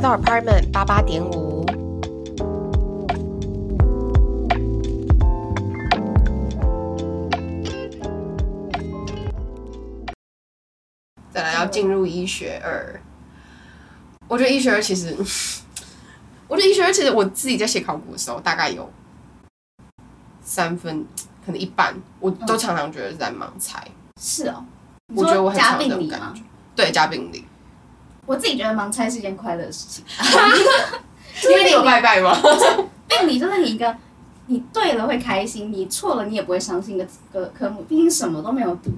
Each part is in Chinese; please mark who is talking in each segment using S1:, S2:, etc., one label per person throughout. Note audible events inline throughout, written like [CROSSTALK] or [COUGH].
S1: 到 Apartment 八八点五。
S2: 再来要进入医学二，我觉得医学二其实， [LAUGHS] 我觉得医学二其实我自己在写考古的时候，大概有三分，可能一半，我都常常觉得是在盲猜。
S3: 是哦，你
S2: 我
S3: 说
S2: 觉得我很
S3: 加
S2: 常有
S3: 病
S2: 这种
S3: 理
S2: 感
S3: 吗
S2: 觉？。对，加病理，
S3: 我自己觉得盲猜是件快乐的事
S2: [LAUGHS]
S3: 情，
S2: 因为你有拜拜吗？
S3: 病理就是你一个你对了会开心，你错了你也不会伤心的科科目，毕竟什么都没有读。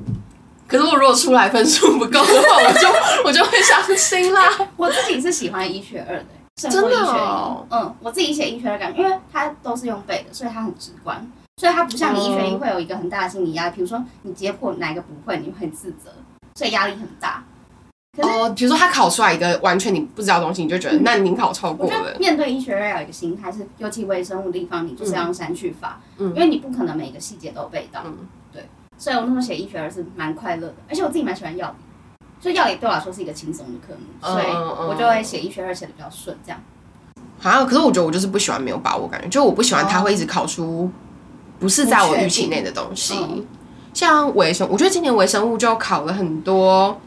S2: 可是我如果出来分数不够的话，我就 [LAUGHS] 我就会伤心啦。
S3: 我自己是喜欢医学二的、胜
S2: 真
S3: 过
S2: 的
S3: 医学一
S2: 哦
S3: 嗯，我自己写医学二感觉，因为它都是用背的，所以它很直观，所以它不像你医学一
S2: 哦
S3: 会有一个很大的心理压力，比如说你解剖哪一个不会，你会很自责，所以压力很大。可是
S2: 哦，比如说他考出来一个完全你不知道的东西，你就觉得那您考超
S3: 我
S2: 过
S3: 觉得
S2: 了。
S3: 面对医学二要有一个心态是，尤其微生物地方，你就是要用删去法，
S2: 嗯
S3: 因为你不可能每个细节都背到。
S2: 嗯
S3: 对，所以我那时候写医学二是蛮快乐的，而且我自己蛮喜欢药理，所以药理对我来说是一个轻松的科目，所以
S2: 嗯嗯
S3: 我就会写医学二写的比较顺，这样。
S2: 啊，可是我觉得我就是不喜欢没有把握感觉，就我不喜欢他
S3: 哦
S2: 会一直考出不是在我预期内的东西
S3: 不确定嗯。
S2: 像微生，我觉得今年微生物就考了很多，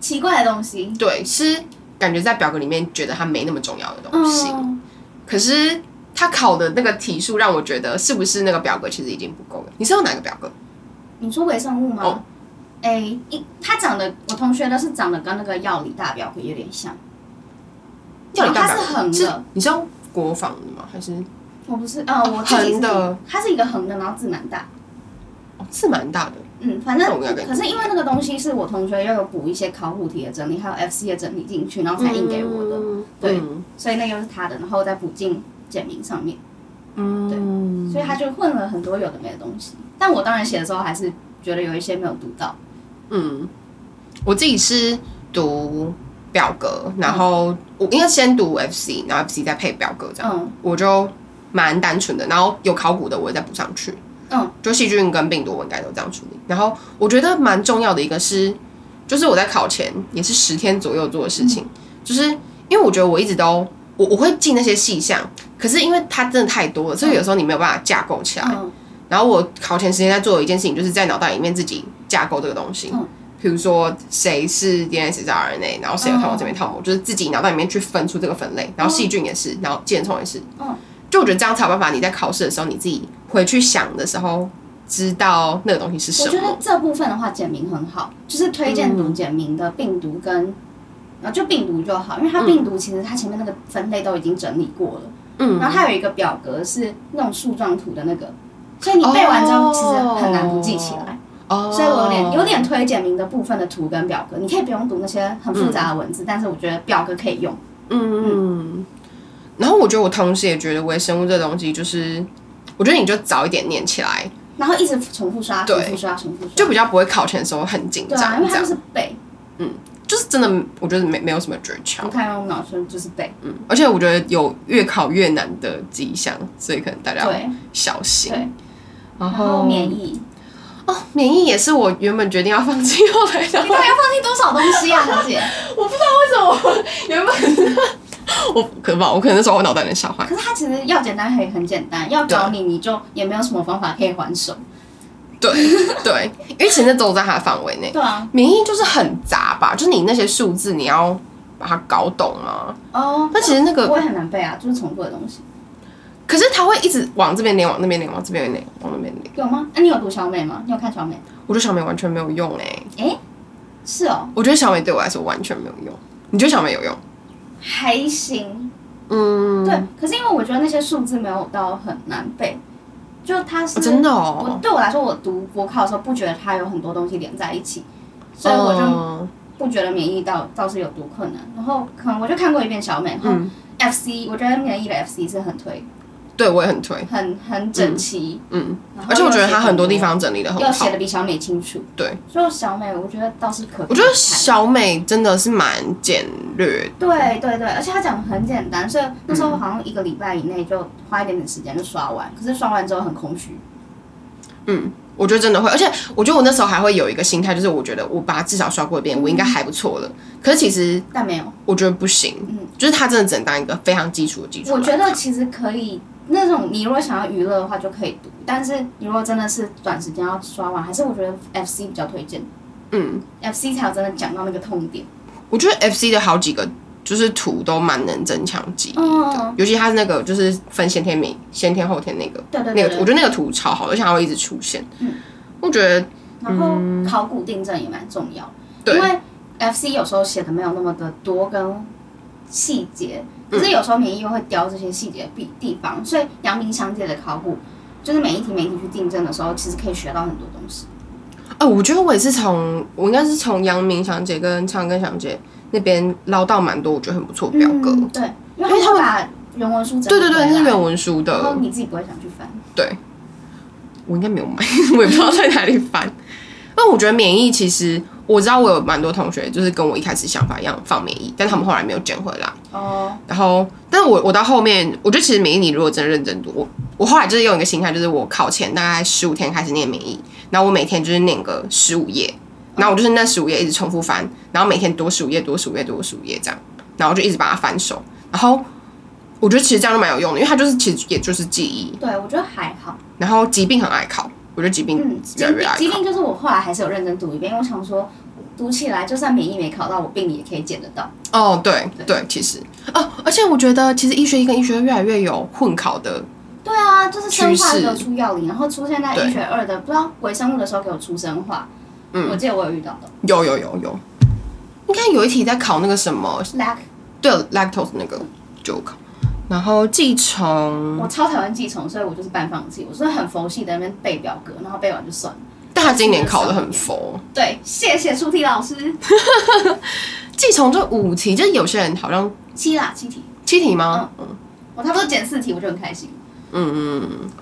S3: 奇怪的东西。
S2: 对，是感觉在表格里面觉得它没那么重要的东西，
S3: 嗯，
S2: 可是他考的那个题数让我觉得是不是那个表格其实已经不够了？你是用哪个表格？
S3: 你说微生物
S2: 哦
S3: 吗？哎、一他长得，我同学的是长得跟那个药理大表哥有点像。
S2: 叫你干
S3: 它
S2: 嘛？
S3: 是横
S2: 是
S3: 的，
S2: 你是用国防的吗？还是
S3: 我不是，呃，我自
S2: 横
S3: 己是
S2: 的，
S3: 它是一个横的，然后字蛮大。
S2: 哦，字蛮大的。
S3: 嗯，反
S2: 那
S3: 正
S2: 我要跟你
S3: 可是因为那个东西是我同学又有补一些考古题的整理，还有 FC 的整理进去，然后才印给我的，
S2: 嗯
S3: 对，所以那又是他的，然后再补进简明上面，
S2: 嗯，
S3: 所以他就混了很多有的没的东西。但我当然写的时候还是觉得有一些没有读到。
S2: 嗯，我自己是读表格，然后我应该先读 FC，然后 FC 再配表格这样，
S3: 嗯
S2: 我就蛮单纯的。然后有考古的我也再补上去。
S3: 嗯，
S2: 就细菌跟病毒，我应该都这样处理。然后我觉得蛮重要的一个是，就是我在考前也是十天左右做的事情，就是因为我觉得我一直都我我会记那些细项，可是因为它真的太多了，所以有时候你没有办法架构起来。
S3: 嗯
S2: 然后我考前时间在做的一件事情，就是在脑袋里面自己架构这个东西。
S3: 嗯
S2: 比如说谁是 DNA 谁是 RNA，然后谁有套膜
S3: 哦
S2: 这边套膜，就是自己脑袋里面去分出这个分类。然后细菌也是，然后寄生虫也是。
S3: 嗯
S2: 就我觉得这样才有办法，你在考试的时候你自己回去想的时候，知道那个东西是
S3: 我
S2: 什
S3: 觉得
S2: 么。
S3: 这部分的话，简明很好，就是推荐读简明的病毒跟，
S2: 嗯
S3: 然后就病毒就好，因为它病毒其实它前面那个分类都已经整理过了，
S2: 嗯
S3: 然后它有一个表格是那种树状图的那个，所以你背完之后
S2: 哦
S3: 其实很难不记起来，
S2: 哦
S3: 所以我有点有点推简明的部分的图跟表格，你可以不用读那些很复杂的文字，但是我觉得表格可以用，
S2: 嗯。然后我觉得我同时也觉得微生物这东西，就是我觉得你就早一点念起来，
S3: 然后一直重复刷，重
S2: 对
S3: 复刷，重复刷，
S2: 就比较不会考前的时候很紧
S3: 对
S2: 张。这
S3: 啊，
S2: 样。
S3: 因为它就是背，
S2: 就是真的，我觉得没没有什么诀
S3: 不
S2: 窍，
S3: 看用脑说就是背，
S2: 嗯，而且我觉得有越考越难的迹象，所以可能大家要
S3: 对
S2: 小心。
S3: 对，
S2: 然
S3: 然后免疫。
S2: [LAUGHS] 哦，免疫也是我原本决定要放弃后来
S3: [LAUGHS]
S2: 的，
S3: 你到底要放弃多少东西啊，小
S2: [LAUGHS]
S3: 姐？
S2: 原
S3: [LAUGHS]
S2: 本我可能吧，我可能那时候我脑袋有点吓坏，
S3: 可是它其实要简单可以很简单，要找你你就也没有什么方法可以还手。
S2: 对对，因为其实那都在他的范围内。
S3: 对啊，
S2: 免疫就是很杂吧，就是你那些数字你要把它搞懂啊，
S3: 哦，
S2: 但其实那个
S3: 我也很难背啊，就是重复的东西，
S2: 可是它会一直往这边连，往那边连，往这边连，往那边连，
S3: 有吗？啊那、你有读小美吗？你有看小美？
S2: 我觉得小美完全没有用哎、
S3: 是哦，
S2: 我觉得小美对我来说完全没有用，你觉得小美有用？
S3: 还行。
S2: 嗯，
S3: 对，可是因为我觉得那些数字没有到很难背，就它是、
S2: 哦真的
S3: 我
S2: 哦。
S3: 对我来说，我读国考的时候不觉得它有很多东西连在一起，所以我就
S2: 就
S3: 不觉得免疫到倒是有多困难。然后可能我就看过一遍小美，然后
S2: 嗯
S3: FC，我觉得免疫的 FC 是很推，
S2: 对我也很推，
S3: 很很整齐。
S2: 嗯，
S3: 然后
S2: 而且我觉得
S3: 又写
S2: 她很多地方整理的
S3: 要
S2: 很好
S3: 写的。比小美清楚。
S2: 对，
S3: 所以小美我觉得倒是可以看。
S2: 我觉得小美真的是蛮简略，
S3: 对对对，而且她讲的很简单，所以那时候好像一个礼拜以内就花一点点时间就刷完，可是刷完之后很空虚。
S2: 嗯，我觉得真的会，而且我觉得我那时候还会有一个心态，就是我觉得我把它至少刷过一
S3: 嗯
S2: 遍，我应该还不错了。可是其实
S3: 但没有。
S2: 我觉得不行，就是它真的只能当一个非常基础的基础来
S3: 嗯我
S2: 看。
S3: 觉得其实可以，那种你如果想要娱乐的话就可以读，但是你如果真的是短时间要刷完，还是我觉得 FC 比较推荐。嗯，FC 才有真的讲到那个痛点。
S2: 我觉得 FC 的好几个就是图都蛮能增强记忆的，
S3: 嗯
S2: 尤其它是那个就是分先天明、先天后天那个，
S3: 对
S2: 那
S3: 对对
S2: 个我
S3: 对。嗯
S2: 觉得那个图超好，而且它会一直出现。我觉得
S3: 然后考古订正也蛮重要，
S2: 嗯对
S3: 因为 FC 有时候写的没有那么的多跟细节，可
S2: 嗯
S3: 是有时候免疫又会雕这些细节的地地方，所以阳明详解的考古，就是每一题每一题去订正的时候，其实可以学到很多东西。
S2: 哦，我觉得我也是从我应该是从杨明祥姐跟长庚祥姐那边捞到蛮多我觉得很不错的表格。
S3: 嗯、对，
S2: 因
S3: 因
S2: 为
S3: 为
S2: 他
S3: 他
S2: 们
S3: 们把原文书整
S2: 对对对，
S3: 嗯理回
S2: 那是
S3: 来
S2: 原文书
S3: 然后
S2: 的，
S3: 你自己不会想去翻。
S2: 我应该没有买， [LAUGHS] 我也不知道在哪里翻。那我觉得免疫其实我知道我有蛮多同学就是跟我一开始想法一样放免疫，但他们后来没有捡回来。
S3: 哦，
S2: 然后，但我我到后面，我觉得其实免疫你如果真的认真读，我我后来就是用一个心态，就是我考前大概十五天开始念免疫，然后我每天就是念个十五页，然后我就是那十五页一直重复翻，然后每天多十五页，多十五页，多十五页这样，然后我就一直把它翻熟，然后。我觉得其实这样就蛮有用的，因为它就是其实也就是记忆，
S3: 对，我觉得还好。
S2: 然后疾病很爱考，我觉得疾病
S3: 嗯，
S2: 越
S3: 疾
S2: 来越
S3: 病
S2: 爱
S3: 疾
S2: 考。
S3: 病就是我后来还是有认真读一遍，因为我想说读起来就算免疫没考到，我病也可以解得到。
S2: 哦，对对，其实哦，而且我觉得其实医学一跟医学二越来越有混考的
S3: 对啊，就是生化
S2: 趋势
S3: 有出药理，然后出现在
S2: 对
S3: 医学二的，不知道微生物的时候给我出生化。嗯，我记得我有遇到的
S2: 有有有有，应该有一题在考那个什么，
S3: lac，、
S2: 对，lactose 那个就有考，然后寄虫，
S3: 我超讨厌寄虫，所以我就是半放弃，我是很佛系的那边背表格，然后背完就算了。
S2: 但他今年考的很佛，
S3: 对，谢谢出题老师，
S2: 寄虫这五题，就是有些人好像
S3: 七啦七题，
S2: 七题吗？
S3: 我差不多减四题，我就很开心。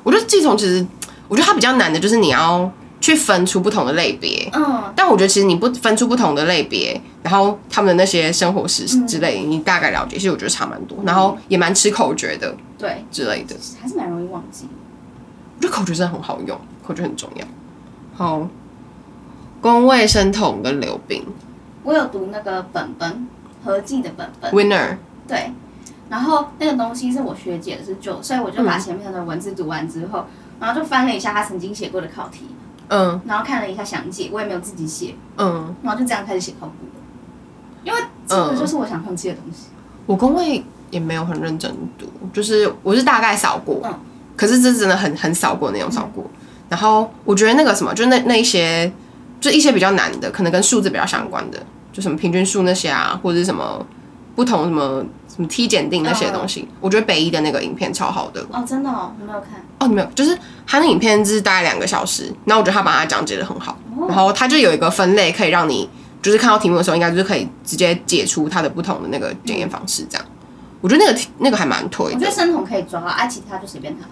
S2: 我觉得寄虫其实，我觉得它比较难的就是你要去分出不同的类别。
S3: 嗯，
S2: 但我觉得其实你不分出不同的类别，然后他们的那些生活史之类，你大概了解，其实我觉得差蛮多，然后也蛮吃口诀的
S3: 对，
S2: 之类的。
S3: 还是蛮容易忘记。
S2: 我觉得口诀真的很好用，口诀很重要。好，公卫生酮跟流病
S3: 我有读那个本本合记的本本，
S2: winner，
S3: 对。然后那个东西是我学姐的是旧，所以我就把前面的文字读完之后，然后就翻了一下她曾经写过的考题，
S2: 嗯
S3: 然后看了一下详解，我也没有自己写，
S2: 嗯，
S3: 然后就这样开始写考古的。因为这个就是我想放弃的东西。
S2: 我公卫也没有很认真读，就是我是大概扫过，
S3: 嗯
S2: 可是这真的很很扫过那种扫过。然后我觉得那个什么，就那那一些，就一些比较难的，可能跟数字比较相关的，就什么平均数那些啊，或者是什么不同什么什么 T 检定那些东西，我觉得北一的那个影片超好的。
S3: 哦，真的哦，我没有看。
S2: 哦，你没有，就是他那影片是大概两个小时，然后我觉得他把它讲解的很好，
S3: 哦
S2: 然后他就有一个分类可以让你，就是看到题目的时候，应该就是可以直接解出它的不同的那个检验方式，这样。我觉得那个题那个还蛮
S3: 我
S2: 推
S3: 觉
S2: 的
S3: 得，生酮可以抓，啊，其他就随便他。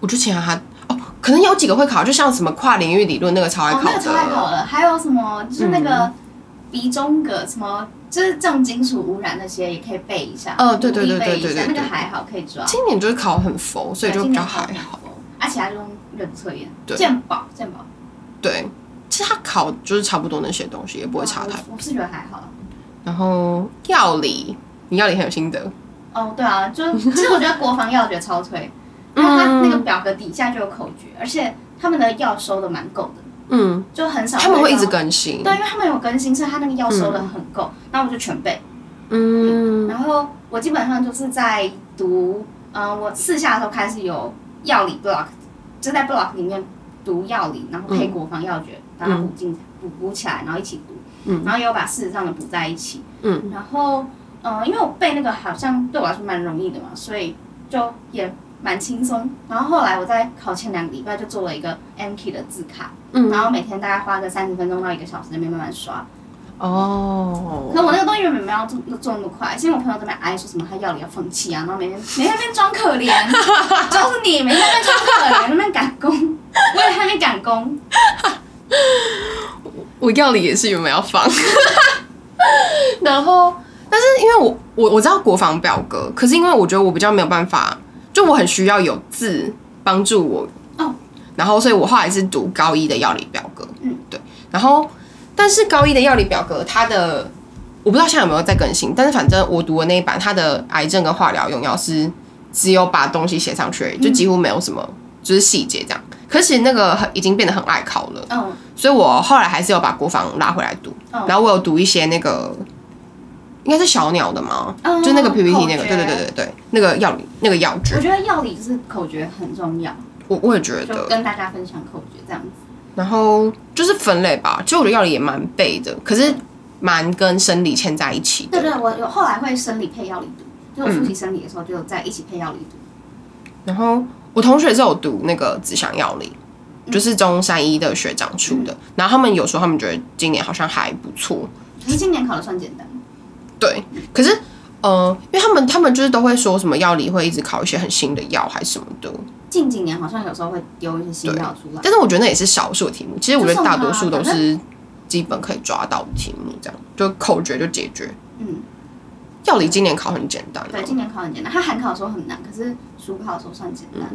S2: 我就请他哦，可能有几个会考，就像什么跨领域理论那个超爱
S3: 哦，
S2: 考
S3: 那个超爱考
S2: 的，
S3: 的，还有什么就是那
S2: 嗯
S3: 个鼻中隔什么，就是这种金属污染那些也可以背一下。
S2: 哦对对对
S3: 努力背
S2: 对对
S3: 一下
S2: 对
S3: 那
S2: 对
S3: 个还好可以抓。
S2: 今年就是考很佛，所以就比较还好。
S3: 好。而啊且他就用人测验，
S2: 对
S3: 鉴宝鉴宝
S2: 对，其实他考就是差不多那些东西，也不会差太。
S3: 我我是觉得还好。
S2: 然后药理，你药理很有心得，
S3: 哦，对啊，就其实我觉得国防药学超
S2: [LAUGHS]
S3: 推，因为它
S2: 嗯
S3: 那个表格底下就有口诀，而且他们的药收的蛮够的，
S2: 嗯，
S3: 就很少
S2: 他们会一直
S3: 到
S2: 更新，
S3: 对，因为他们有更新，所以他那个药收的很够，那、我就全背。
S2: 嗯。
S3: 然后我基本上就是在读，嗯、我四下的时候开始有药理 block，就在 block 里面读药理，然后
S2: 嗯
S3: 配国防药学，把它补进补补起来，然后一起读，
S2: 嗯
S3: 然后也有把事实上的补在一起，嗯，然后嗯、呃因为我背那个好像对我来说蛮容易的嘛，所以就也蛮轻松。然后后来我在考前两个礼拜就做了一个 Anki 的字卡，嗯，然后每天大概花个三十分钟到一个小时那边慢慢刷，
S2: 哦，
S3: 可我那个东西原本没有做做那么快，是因为我朋友在那边哀说什么他药理要放弃啊，然后每天每天在那边装可 [LAUGHS] 怜，就是你每天在那边装可怜，在那边赶 [LAUGHS] 工，我也还没赶工，
S2: 我药理也是原本要放， [LAUGHS] 然后但是因为我我我知道国防表格，可是因为我觉得我比较没有办法，就我很需要有字帮助我
S3: 哦，
S2: 然后所以我后来是读高一的药理表格，
S3: 嗯，
S2: 对，然后但是高一的药理表格它的我不知道现在有没有在更新，但是反正我读的那一版，它的癌症跟化疗用药是只有把东西写上去而已，就几乎没有什么就是细节这样。可是那个很已经变得很爱考了，
S3: 嗯
S2: 所以我后来还是有把国防拉回来读，
S3: 嗯
S2: 然后我有读一些那个应该是小鸟的嘛，
S3: 嗯，
S2: 就那个
S3: 口
S2: PPT 那个，
S3: 诀
S2: 对对对对对，那个药那个药
S3: 我
S2: 卷，
S3: 觉得药理就是口诀很重要，
S2: 我我也觉得
S3: 嗯就跟大家分享口诀这样子。
S2: 然后就是分类吧，其实我觉得药理也蛮背的，可是蛮跟生理牵在一起
S3: 对
S2: 的。
S3: 对，我有后来会生理配药理读，就
S2: 嗯
S3: 我复习生理的时候就在一起配药理读。
S2: 然后我同学是有读那个紫翔药理，
S3: 嗯
S2: 就是中山医的学长出的，然后他们有说他们觉得今年好像还不错，
S3: 可是今年考的算简单，
S2: 对，可是。呃，因为他们他们就是都会说什么药理会一直考一些很新的药还是什么的，
S3: 近几年好像有时候会丢一些新药出来。
S2: 但是我觉得那也是少数的题目，其实我觉得大多数都
S3: 就是
S2: 基本可以抓到的题目，这样就口诀就解决。
S3: 嗯，
S2: 药理今年考很简单、啊，
S3: 对，今年考很简单，它韩考的时候很难，可是暑考的时候算简单。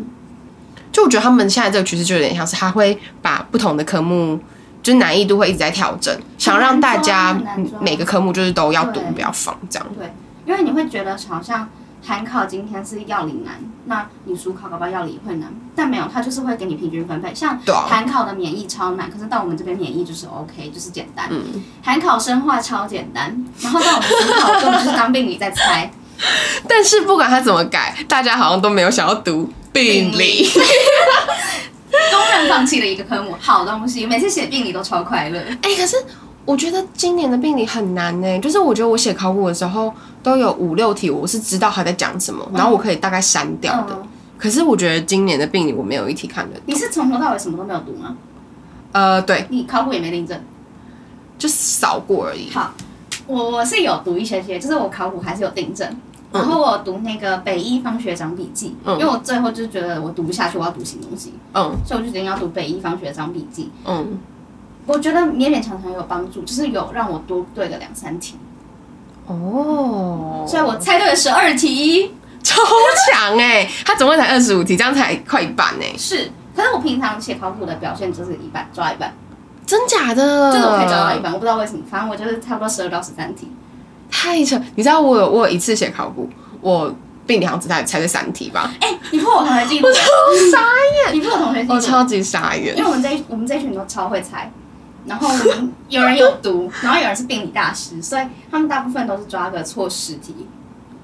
S2: 就我觉得他们现在这个趋势就有点像是他会把不同的科目，就是难易度会一直在调整，想让大家
S3: 很难抓
S2: 每个科目就是都要读
S3: 对，
S2: 不要放这样。
S3: 因为你会觉得好像韩考今天是药理难，那你暑考搞不好药理也会难，但没有，它就是会给你平均分配。像
S2: 对啊
S3: 韩考的免疫超难，可是到我们这边免疫就是 OK，就是简单。
S2: 嗯
S3: 韩考生化超简单，然后到我们暑考根本就是当病理在猜。
S2: 但是不管他怎么改，大家好像都没有想要读病
S3: 病
S2: 理
S3: 理。 [LAUGHS] 公认放弃了一个科目，好东西，每次写病理都超快乐。
S2: 哎、可是我觉得今年的病理很难呢、就是我觉得我写考古的时候都有五六题，我是知道他在讲什么，然后我可以大概删掉的。
S3: 嗯，
S2: 可是我觉得今年的病理我没有一题看的，
S3: 你是从头到尾什么都没有读吗？
S2: 呃，对，
S3: 你考古也没领证？
S2: 就扫过而已。
S3: 好，我我是有读一些些，就是我考古还是有订正。然后我读那个北一方学长笔记，
S2: 嗯
S3: 因为我最后就觉得我读不下去，我要读新东西，
S2: 嗯
S3: 所以我就决定要读北一方学长笔记。
S2: 嗯，
S3: 我觉得勉勉强强有帮助，就是有让我多对了两三题，
S2: 哦，
S3: 所以我猜对了十二题。
S2: 超强哎、他总共才二十五题，这样才快一半哎、
S3: 是，可是我平常写考古的表现就是一半抓一半，
S2: 真假的？
S3: 就是我可以抓到一
S2: 嗯
S3: 半，我不知道为什么，反正我就是差不多十二到十三题。
S2: 太扯！你知道我有我有一次写考古，我病理好像只才才这三题吧，
S3: 哎、 [LAUGHS] 你破我同学记录，我超傻眼，你破我同学记录，
S2: 我超级傻眼
S3: 因。为我们这一我们这一群都超会猜，然后我们有人有读，
S2: [LAUGHS]
S3: 然后有人是病理大师，所以他们大部分都是抓个错十题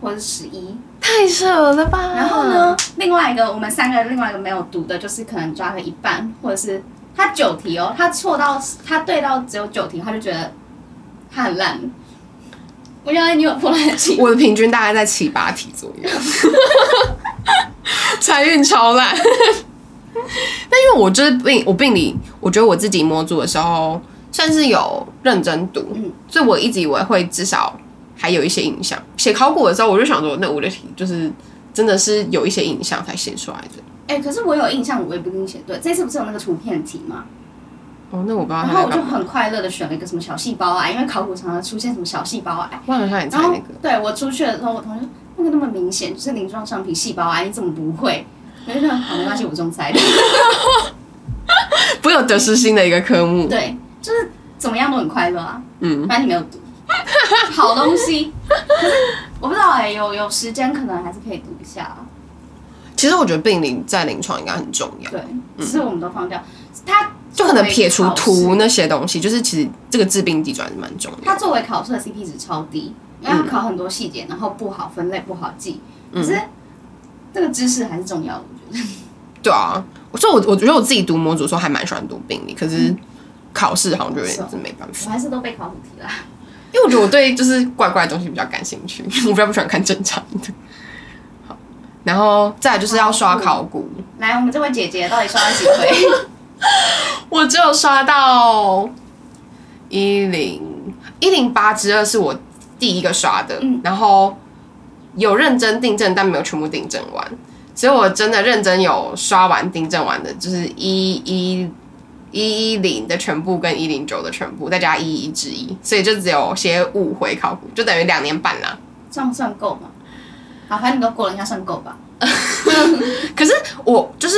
S3: 或者十一。
S2: 太扯了吧？
S3: 然后呢，？另外一个我们三个另外一个没有读的，就是可能抓个一半，或者是他九题哦，他错到他对到只有九题，他就觉得他很烂。我原来你有破烂
S2: [LAUGHS]
S3: 题，
S2: 我的平均大概在七八题左右， [LAUGHS] 财运超烂。 [LAUGHS] 但因为我就是病，我病理，我觉得我自己摸组的时候算是有认真读，
S3: 嗯
S2: 所以我一直以为会至少还有一些印象。写考古的时候，我就想说那五六题就是真的是有一些印象才写出来的。
S3: 哎、可是我有印象，我也不一定写对。这次不是有那个图片题吗？
S2: 哦，那我不知道
S3: 然
S2: 他
S3: 后
S2: 在
S3: 我就
S2: 干嘛，
S3: 很快乐的选了一个什么小细胞癌，因为考古常常出现什么小细胞癌。
S2: 我好像也猜
S3: 然后
S2: 那个。
S3: 对我出去的时候，我同学说那个那么明显，就是鳞状上皮细胞癌，啊你怎么不会？我就觉得好没关系，我中猜的。
S2: [LAUGHS] 不有得失心的一个科目。
S3: 对，就是怎么样都很快乐啊。
S2: 嗯，
S3: 反正你没有读，好东西。可是我不知道哎、有有时间可能还是可以读一下啊。
S2: 其实我觉得病理在临床应该很重要，
S3: 对，只是我们都放掉。它
S2: 嗯就可能撇除
S3: 作为考
S2: 图
S3: 试，
S2: 那些东西，就是其实这个治病基准还是蛮重要
S3: 它作为考试的 CP 值超低，因为它考很多细节，然后不好分类，不好记。
S2: 嗯
S3: 可是这个知识还是重要的，我觉得。
S2: 对啊，所以我我觉得我自己读模组的时候还蛮喜欢读病理，可是考试好像就有点是没办法，
S3: 我嗯还是啊都背考古题啦。
S2: 因为我觉得我对就是怪怪的东西比较感兴趣， [LAUGHS] 我比较不喜欢看正常的。好，然后再来就是要刷考古，
S3: [LAUGHS] 来，我们这位姐姐到底刷了几回？ [LAUGHS]
S2: 我只有刷到一零一零八之二是我第一个刷的，
S3: 嗯
S2: 然后有认真订正，但没有全部订正完，所以我真的认真有刷完订正完的，就是一一。一一零的全部跟一零九的全部，再加一一之一，所以就只有写五回考古，就等于两年半啦。
S3: 这样算够吗？好，反正你都过了，应该算够吧。
S2: 可是我就是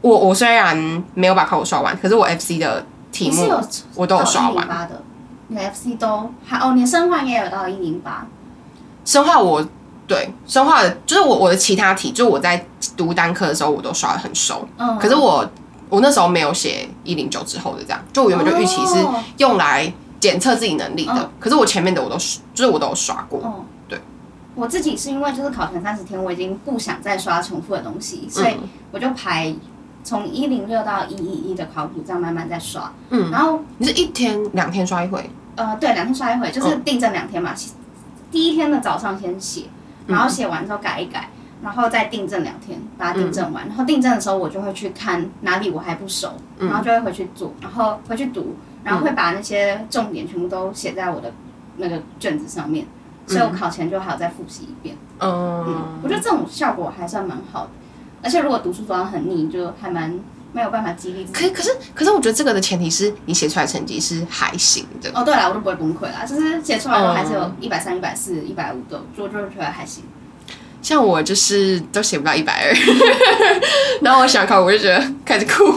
S2: 我我虽然没有把考古刷完，可是我 FC 的题
S3: 你是
S2: 目
S3: 有
S2: 我都有刷
S3: 一零
S2: 完。
S3: 八的，你的 FC 都还哦，你的生化也有到一零八，
S2: 生化我对生化的就是我我的其他题，就是我在读单科的时候我都刷的很熟，
S3: 嗯，
S2: 可是我我那时候没有写一零九之后的这样，就我原本就预期是
S3: 哦
S2: 用来检测自己能力的，
S3: 嗯
S2: 可是我前面的我都就是我都有刷过，
S3: 哦，
S2: 对，
S3: 我自己是因为就是考前三十天，我已经不想再刷重复的东
S2: 嗯
S3: 西，所以我就排从一零六到一一一的考古，这样慢慢再刷。嗯，然后
S2: 你是一天两天刷一回，
S3: 呃，对，两天刷一回，就是订正两天嘛。其第一天的早上先写，然后写完之后改一改，然后再订正两天，把它订正完。然后订正的时候，我就会去看哪里我还不熟，然后就会回去做，然后回去读，然后会把那些重点全部都写在我的那个卷子上面。所以我考前就还有再复习一遍。嗯
S2: 嗯，，
S3: 我觉得这种效果还算蛮好的。而且如果读书读到很腻，就还蛮没有办法激励自
S2: 可
S3: 己。
S2: 可是可是我觉得这个的前提是你写出来的成绩是还行的，
S3: 哦，对了，我都不会崩溃啦，就是写出来我还是
S2: 哦
S3: 有一百三、一百四、一百五的，我就觉得还行。
S2: 像我就是都写不到一百二， [LAUGHS] 然后我想考，我就觉得开始哭，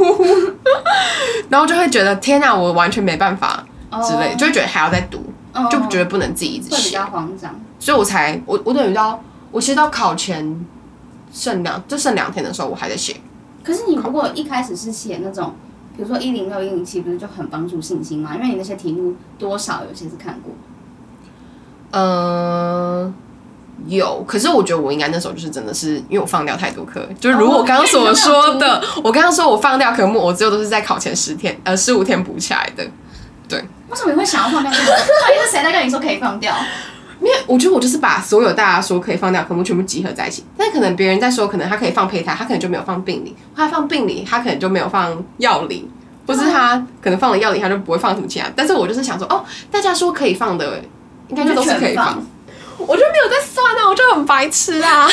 S2: [LAUGHS] 然后就会觉得天哪、我完全没办法
S3: 哦
S2: 之类，就会觉得还要再读，
S3: 嗯
S2: 就觉得
S3: 得
S2: 哦不能自己一直
S3: 会比
S2: 写，
S3: 较慌张。
S2: 所以我才我我等于到我其实到考前剩两就剩两天的时候，我还在写，
S3: 可是你如果一开始是写那种，比如说一零六、一零七，不是就很帮助信心吗？因为你那些题目多少有些是看过。
S2: 呃。有，可是我觉得我应该那时候就是真的是，因为我放掉太多科，就是如我刚刚所说的，哦我刚刚说我放掉科目，我只有都是在考前十天呃十五天补起来的，
S3: 为什么你会想要放掉这个？到底是谁在跟你说可以放掉？
S2: 因为我觉得我就是把所有大家说可以放掉的科目全部集合在一起，但可能别人在说，可能他可以放胚胎，他可能就没有放病理；他放病理，他可能就没有放药理，或是他可能放了药理，他就不会放什么其他。但是我就是想说，哦，大家说可以放的，应该就都是可以放。 [LAUGHS] 我就没有在算啊，我就很白痴啊。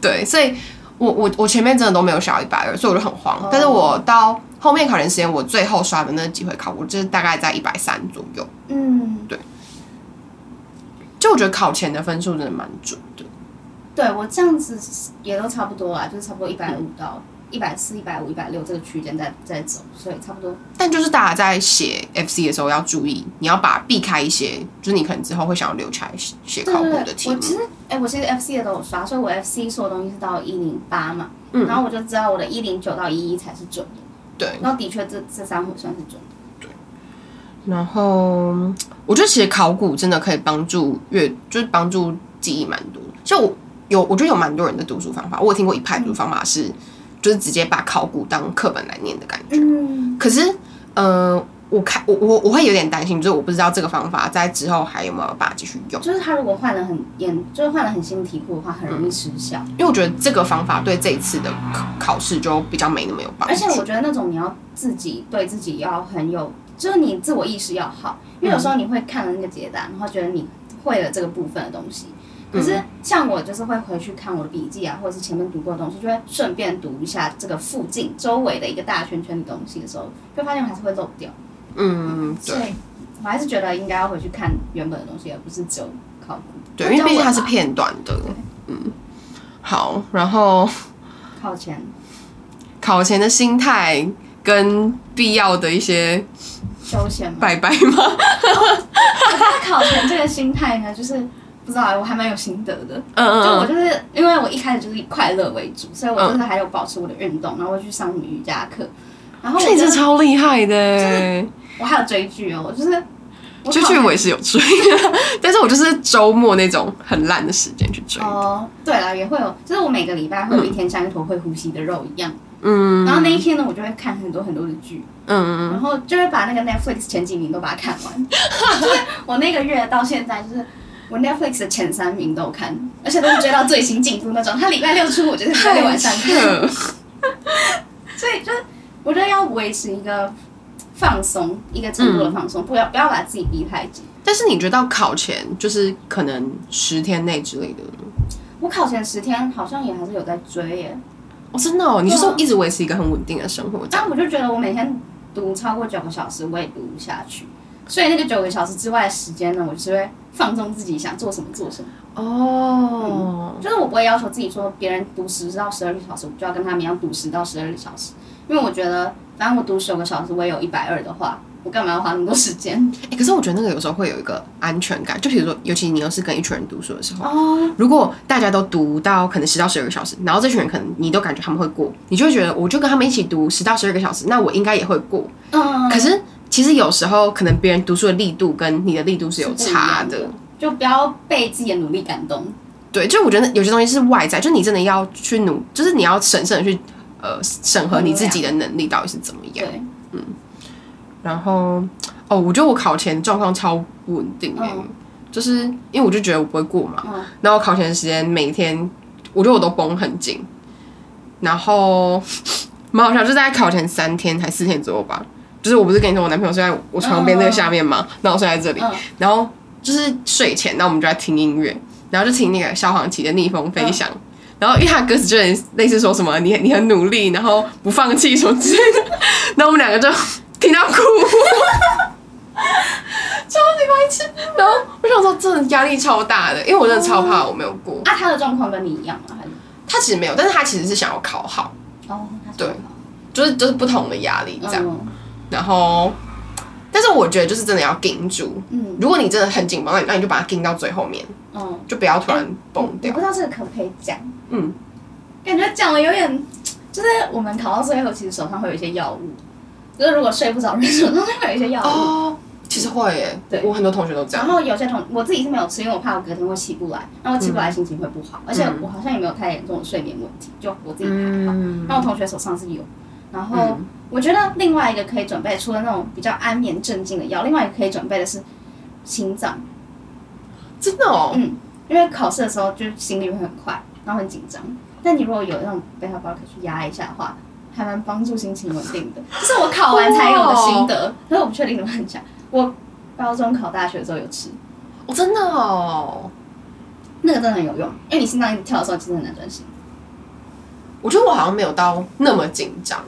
S2: 对，所以我我我前面真的都没有小一百二，所以我就很慌。
S3: 哦
S2: 但是我到后面考研时间，我最后刷的那几回考，我就是大概在一百三左右。
S3: 嗯，
S2: 就我觉得考前的分数真的蛮准的。
S3: 对我这样子也都差不多啦，就是差不多一百五到一百四、一百五、一百六这个区间在在走，所以差不多。
S2: 但就是大家在写 FC 的时候要注意，你要把避开一些，就是你可能之后会想要留起来写写
S3: 对
S2: 考古
S3: 对
S2: 的
S3: 对，
S2: 题
S3: 我
S2: 目。
S3: 其实哎、我其实 FC 的都有刷，所以我 FC 所有东西是到一零八嘛，然后我就知道我的一零九到一一才是准的，
S2: 嗯对，
S3: 然后的确这这三回算是准的。
S2: 然后嗯我觉得其实考古真的可以帮助阅，就是帮助记忆蛮多的。像我有，我觉得有蛮多人的读书方法，我有听过一派读书方法是，就是直接把考古当课本来念的感觉。
S3: 嗯，
S2: 可是，呃，我看我我我会有点担心，就是我不知道这个方法在之后还有没有办法继续用。
S3: 就是他如果换了很严，就是换了很新的题库的话，很容易失效。
S2: 因为我觉得这个方法对这一次的考考试就比较没那么有帮助。
S3: 而且我觉得那种你要自己对自己要很有，就是你自我意识要好，因为有
S2: 嗯
S3: 时候你会看了那个解答，然后觉得你会了这个部分的东西。可
S2: 嗯
S3: 是像我就是会回去看我的笔记啊，或者是前面读过的东西，就会顺便读一下这个附近周围的一个大圈圈的东西的时候，就发现还是会漏掉。
S2: 嗯，
S3: 所
S2: 对
S3: 以我还是觉得应该要回去看原本的东西，而不是只有考古。
S2: 对，因为毕竟它是片段的，嗯，好，然后
S3: 考前
S2: 考前的心态跟必要的一些
S3: 休闲 [LAUGHS] 嘛，
S2: 拜拜吗？
S3: 他考前这个心态呢，就是不知道啊我还蛮有心得的。
S2: 嗯
S3: 就
S2: 嗯
S3: 我
S2: 嗯，
S3: 就是因为我一开始就是以快乐为主，所以我就是还有保持我的运动，然后我去上瑜伽课，然后
S2: 这
S3: 我
S2: 你
S3: 就
S2: 真的
S3: 是
S2: 超厉害的
S3: 是
S2: 欸，
S3: 我还有追剧哦，我就是我
S2: 追
S3: 考
S2: 剧我也是有追，但是我就是周末那种很烂的时间去追，
S3: 哦，对了，也会有，就是我每个礼拜会有一天像一坨会呼吸的肉一样，
S2: 嗯
S3: 然后那一天呢，我就会看很多很多的剧，
S2: 嗯嗯，
S3: 然后就会把那个 Netflix 前几名都把它看完， [LAUGHS] 就是我那个月到现在就是。我 Netflix 的前三名都有看，而且都是追到最新进度那种。他礼拜六出，我 [LAUGHS] 就是礼拜六晚上看。
S2: 嗯
S3: 所以就是我觉得要维持一个放松，一个程度的放
S2: 嗯
S3: 松，不要不要把自己逼太紧。
S2: 但是你觉得到考前就是可能十天内之类的呢？
S3: 我考前十天好像也还是有在追耶，
S2: 哦，真的哦，你就是
S3: 对啊
S2: 一直维持一个很稳定的生活，这样。
S3: 但我就觉得我每天读超过九个小时，我也读不下去，所以那个九个小时之外的时间呢，我就是会放纵自己，想做什么做什么。
S2: 哦，
S3: 就是我不会要求自己说别人读十到十二个小时，我就要跟他们一样读十到十二个小时，因为我觉得反正我读九个小时，我也有一百二的话，我干嘛要花那么多时间？
S2: 哎、可是我觉得那个有时候会有一个安全感，就比如说，尤其你又是跟一群人读书的时候，
S3: 哦，
S2: 如果大家都读到可能十到十二个小时，然后这群人可能你都感觉他们会过，你就会觉得我就跟他们一起读十到十二个小时，那我应该也会过。
S3: 嗯，
S2: 可是其实有时候可能别人读书的力度跟你的力 [LAUGHS] 度是有差
S3: 是不一
S2: 的
S3: 样。就不要被自己的努力感动。
S2: 对，就我觉得有些东西是外在，就你真的要去努，就是你要审慎的去呃审核你自己的能力到底是怎么样。
S3: 啊
S2: 嗯
S3: 对，
S2: 然后哦，我觉得我考前状况超不稳定哎、
S3: 嗯
S2: 就是因为我就觉得我不会过嘛，
S3: 嗯
S2: 然后我考前的时间每天，我觉得我都绷很紧，然后蛮好笑，就在考前三天还四天左右吧，就是我不是跟你说我男朋友睡在我床边那个下面嘛，然后我睡在这里，
S3: 嗯
S2: 然后就是睡前，那我们就在听音乐，然后就听那个萧煌奇的《逆风飞翔》。然后，因为他歌词就很类似说什么你你很努力，然后不放弃什么之类的， [LAUGHS] 然后我们两个就听到哭，超级白痴。 [LAUGHS] 然后我想说，真的压力超大的，因为我真的超怕我没有过。
S3: 啊，他的状况跟你一样吗？还是
S2: 他其实没有，但是他其实是想要考好，
S3: 哦，他
S2: 对就是就是不同的压力这样。
S3: 嗯
S2: 然后，但是我觉得就是真的要顶住。
S3: 嗯
S2: 如果你真的很紧绷，那你那你就把它顶到最后面，
S3: 嗯，
S2: 就不要突然崩
S3: 我
S2: 掉
S3: 不。知道这个可不可以讲，
S2: 嗯，
S3: 感觉讲了有点，就是我们考到最后，其实手上会有一些药物，就是如果睡不着，人手上会有一些药物。
S2: 哦，其实会耶，
S3: 嗯对
S2: 我很多同学都这
S3: 然
S2: 样。
S3: 后有些同我自己是没有吃，因为我怕我隔天会起不来，然后起
S2: 嗯
S3: 不来心情会不好，而且我好像也没有太严重的睡眠问题，就我自己还好。
S2: 嗯，
S3: 那、我同学手上是有，然后我觉得另外一个可以准备，除了那种比较安眠镇静的药，另外一个可以准备的是心脏，
S2: 真的哦，
S3: 嗯，因为考试的时候就是心率会很快，然后很紧张。但你如果有那种贝塔包可以去压一下的话，还蛮帮助心情稳定的。这是我考完才有的心得，但是我不确定怎么很讲。我高中考大学的时候有吃，
S2: 哦真的哦。
S3: 那个真的很有用，因为你心脏一直跳的时候，其实很难专心。
S2: 我觉得我好像没有到那么紧张。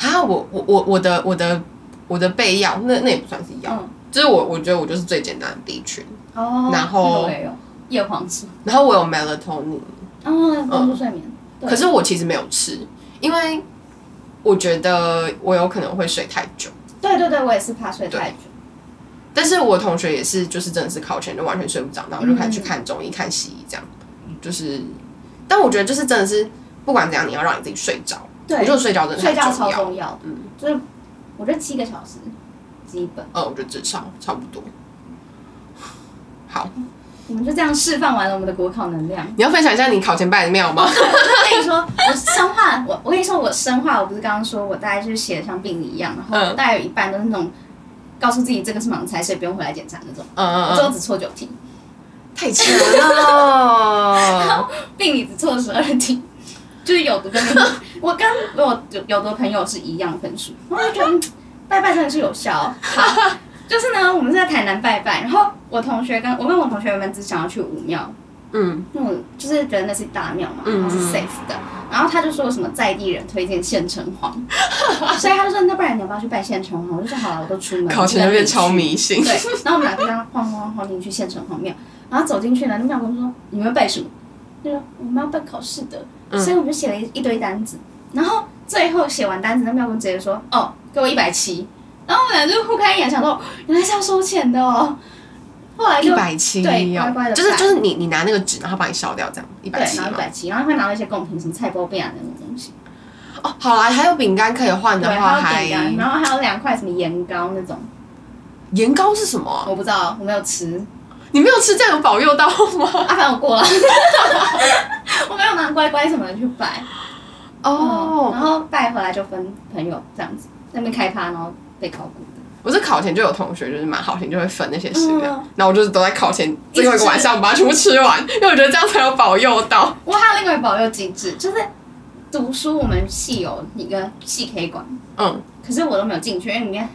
S2: 啊，我我我我的我的我的备药，那那也不算是药，
S3: 嗯，
S2: 就是我我觉得我就是最简单的 B 群，
S3: 哦
S2: 然后
S3: 那个我也有叶黄素，
S2: 然后我有 melatonin，
S3: 哦，帮助睡眠。对
S2: 可是我其实没有吃，因为我觉得我有可能会睡太久。
S3: 对对对，我也是怕睡太久。
S2: 但是我同学也是，就是真的是考前就完全睡不着，然后就开
S3: 嗯
S2: 始去看中医、看西医这样，就是，但我觉得就是真的是不管怎样，你要让你自己睡着。
S3: 对
S2: 我觉得睡觉真的
S3: 睡
S2: 很
S3: 觉
S2: 重
S3: 超
S2: 要。
S3: 重要的，
S2: 嗯
S3: 就是我觉得七个小时基本。
S2: 呃，我觉得至少差不多。好，
S3: 我们就这样释放完了我们的国考能量。
S2: 你要分享一下你考前拜的庙吗？
S3: 我跟你说，我生化，我我跟你说，我生化，我不是刚刚说我大概就是写的像病理一样，然后
S2: 嗯
S3: 大概有一半都是那种告诉自己这个是盲猜，所以不用回来检查那种，
S2: 嗯嗯
S3: 我最后
S2: 嗯，
S3: [LAUGHS] 只错九题，
S2: 太强了！
S3: 病理只错十二题。就是有毒跟没毒，我跟我有有的朋友是一样分数，我就觉得嗯拜拜真的是有效哦、好，就是呢，我们是在台南拜拜，然后我同学跟我跟我同学原本只想要去武庙，
S2: [LAUGHS] 嗯，
S3: 那种就是觉得那是大庙嘛，
S2: 嗯
S3: 然后是 safe 的。然后他就说什么在地人推荐县城隍， [LAUGHS] 所以他就说那不然你要不要去拜县城隍？我就说好了，我都出门。
S2: 考前就
S3: 我就跟
S2: 变
S3: 你
S2: 超
S3: 去。
S2: 迷信
S3: 对。，然后我们俩就这样晃晃晃进去县城隍庙，然后走进去呢，那庙公说你们拜什么？就说我们要拜考试的，
S2: 嗯
S3: 所以我们就写了一一堆单子。然后最后写完单子，那庙公直接说哦，给我一百七。然后我们俩就互看一眼，想说哦原来是要收钱的哦。后来
S2: 一
S3: 就
S2: 百七
S3: 对乖
S2: 哦，
S3: 乖地
S2: 就是
S3: 拜
S2: 就是你你拿那个纸，然后把你烧掉这样，一百
S3: 对，
S2: 七
S3: 然后一
S2: 嘛。
S3: 百七，然后会拿到一些贡品，什么菜包饼啊那种东西。
S2: 哦，好啦，还有饼干可以换
S3: 对，
S2: 的话，
S3: 还
S2: 还
S3: 有饼干，然后还有两块什么盐糕那种，
S2: 盐糕是什么啊、
S3: 我不知道，我没有吃。
S2: 你没有吃这样有保佑到吗？
S3: 啊，反正我过了， [LAUGHS] 我没有拿乖乖什么的去拜。嗯然
S2: 哦，
S3: 后拜回来就分朋友这样子，那边开趴，然后被考古的。
S2: 我是考前就有同学就是蛮好心，就会分那些食料
S3: 嗯，
S2: 然后我就是都在考前最后一个晚上把它全部吃完，因为我觉得这样才有保佑到。
S3: 我还有另外一个保佑机制，就是读书我们系有一个系 K 馆，
S2: 嗯
S3: 可是我都没有进去，因为里面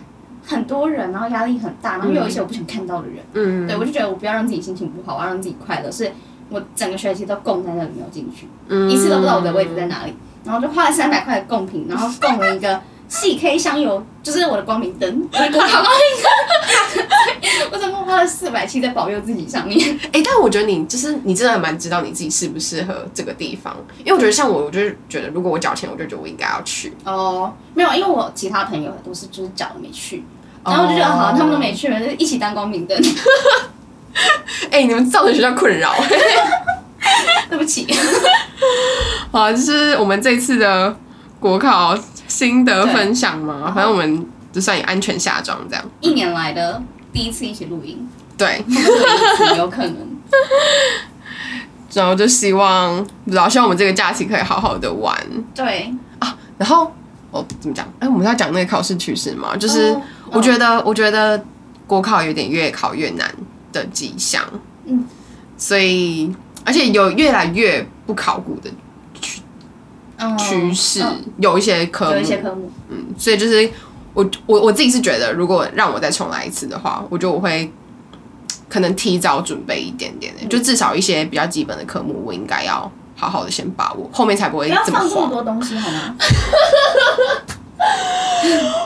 S3: 很多人，然后压力很大，然后又有一些我不想看到的人。
S2: 嗯，
S3: 对，我就觉得我不要让自己心情不好，我要让自己快乐，所以我整个学期都供在那里没有进去，
S2: 嗯
S3: 一次都不知道我的位置在哪里，然后就花了三百块的贡品，然后供了一个 [LAUGHS] 细 K 香油，就是我的光明灯，我的光好光明灯，我总共花了四百七在保佑自己上面。
S2: 哎、但我觉得你就是你真的还蛮知道你自己适不适合这个地方，因为我觉得像我，我就是觉得如果我缴钱，我就觉得我应该要去。
S3: 哦，没有，因为我其他朋友都是就是找了没去，
S2: 哦
S3: 然后我就觉得、好，他们都没去，就一起当光明灯。 [LAUGHS]
S2: 哎、你们造成学校困扰。
S3: 对不起，
S2: 好，就是我们这次的国考心得分享嘛，
S3: 对
S2: 反正我们就算也安全下装这样。
S3: 一年来的第一次一起录 [LAUGHS] 音，
S2: 对，
S3: 有可能。
S2: 然后就希望不知道，希望我们这个假期可以好好的玩。
S3: 对，
S2: 然后哦，怎么讲？哎、我们是要讲那个考试趋势嘛，就是
S3: 哦
S2: 我觉得，我觉得国考有点越考越难的迹象。
S3: 嗯，
S2: 所以而且有越来越不考古的
S3: 嗯
S2: 趋势，
S3: 嗯
S2: 有一些科
S3: 有一
S2: 目
S3: 些科目，
S2: 嗯，所以就是我我我自己是觉得，如果让我再重来一次的话，我觉得我会可能提早准备一点点、就至少一些比较基本的科目，我应该要好好的先把握，后面才不
S3: 不
S2: 会
S3: 要
S2: 这么
S3: 哎放这么
S2: 慌。
S3: 多东西好吗？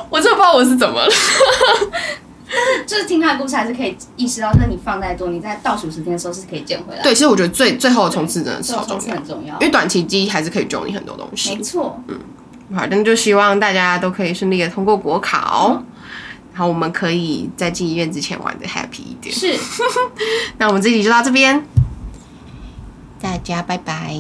S2: 我真的不知道我是怎么了。
S3: 就是听他的故事还是可以意识到，那你放再多，你在倒数时间的时候是可以捡回来。，
S2: 对，其实我觉得最最后的冲刺真的是超重要，
S3: 很重要
S2: 因。为短期记忆还是可以救你很多东西
S3: 没。错，
S2: 好，那就希望大家都可以顺利的通过国考。然后我们可以在进医院之前玩的 happy 一点。
S3: 是。
S2: 那我们这集就到这边，
S1: 大家拜拜。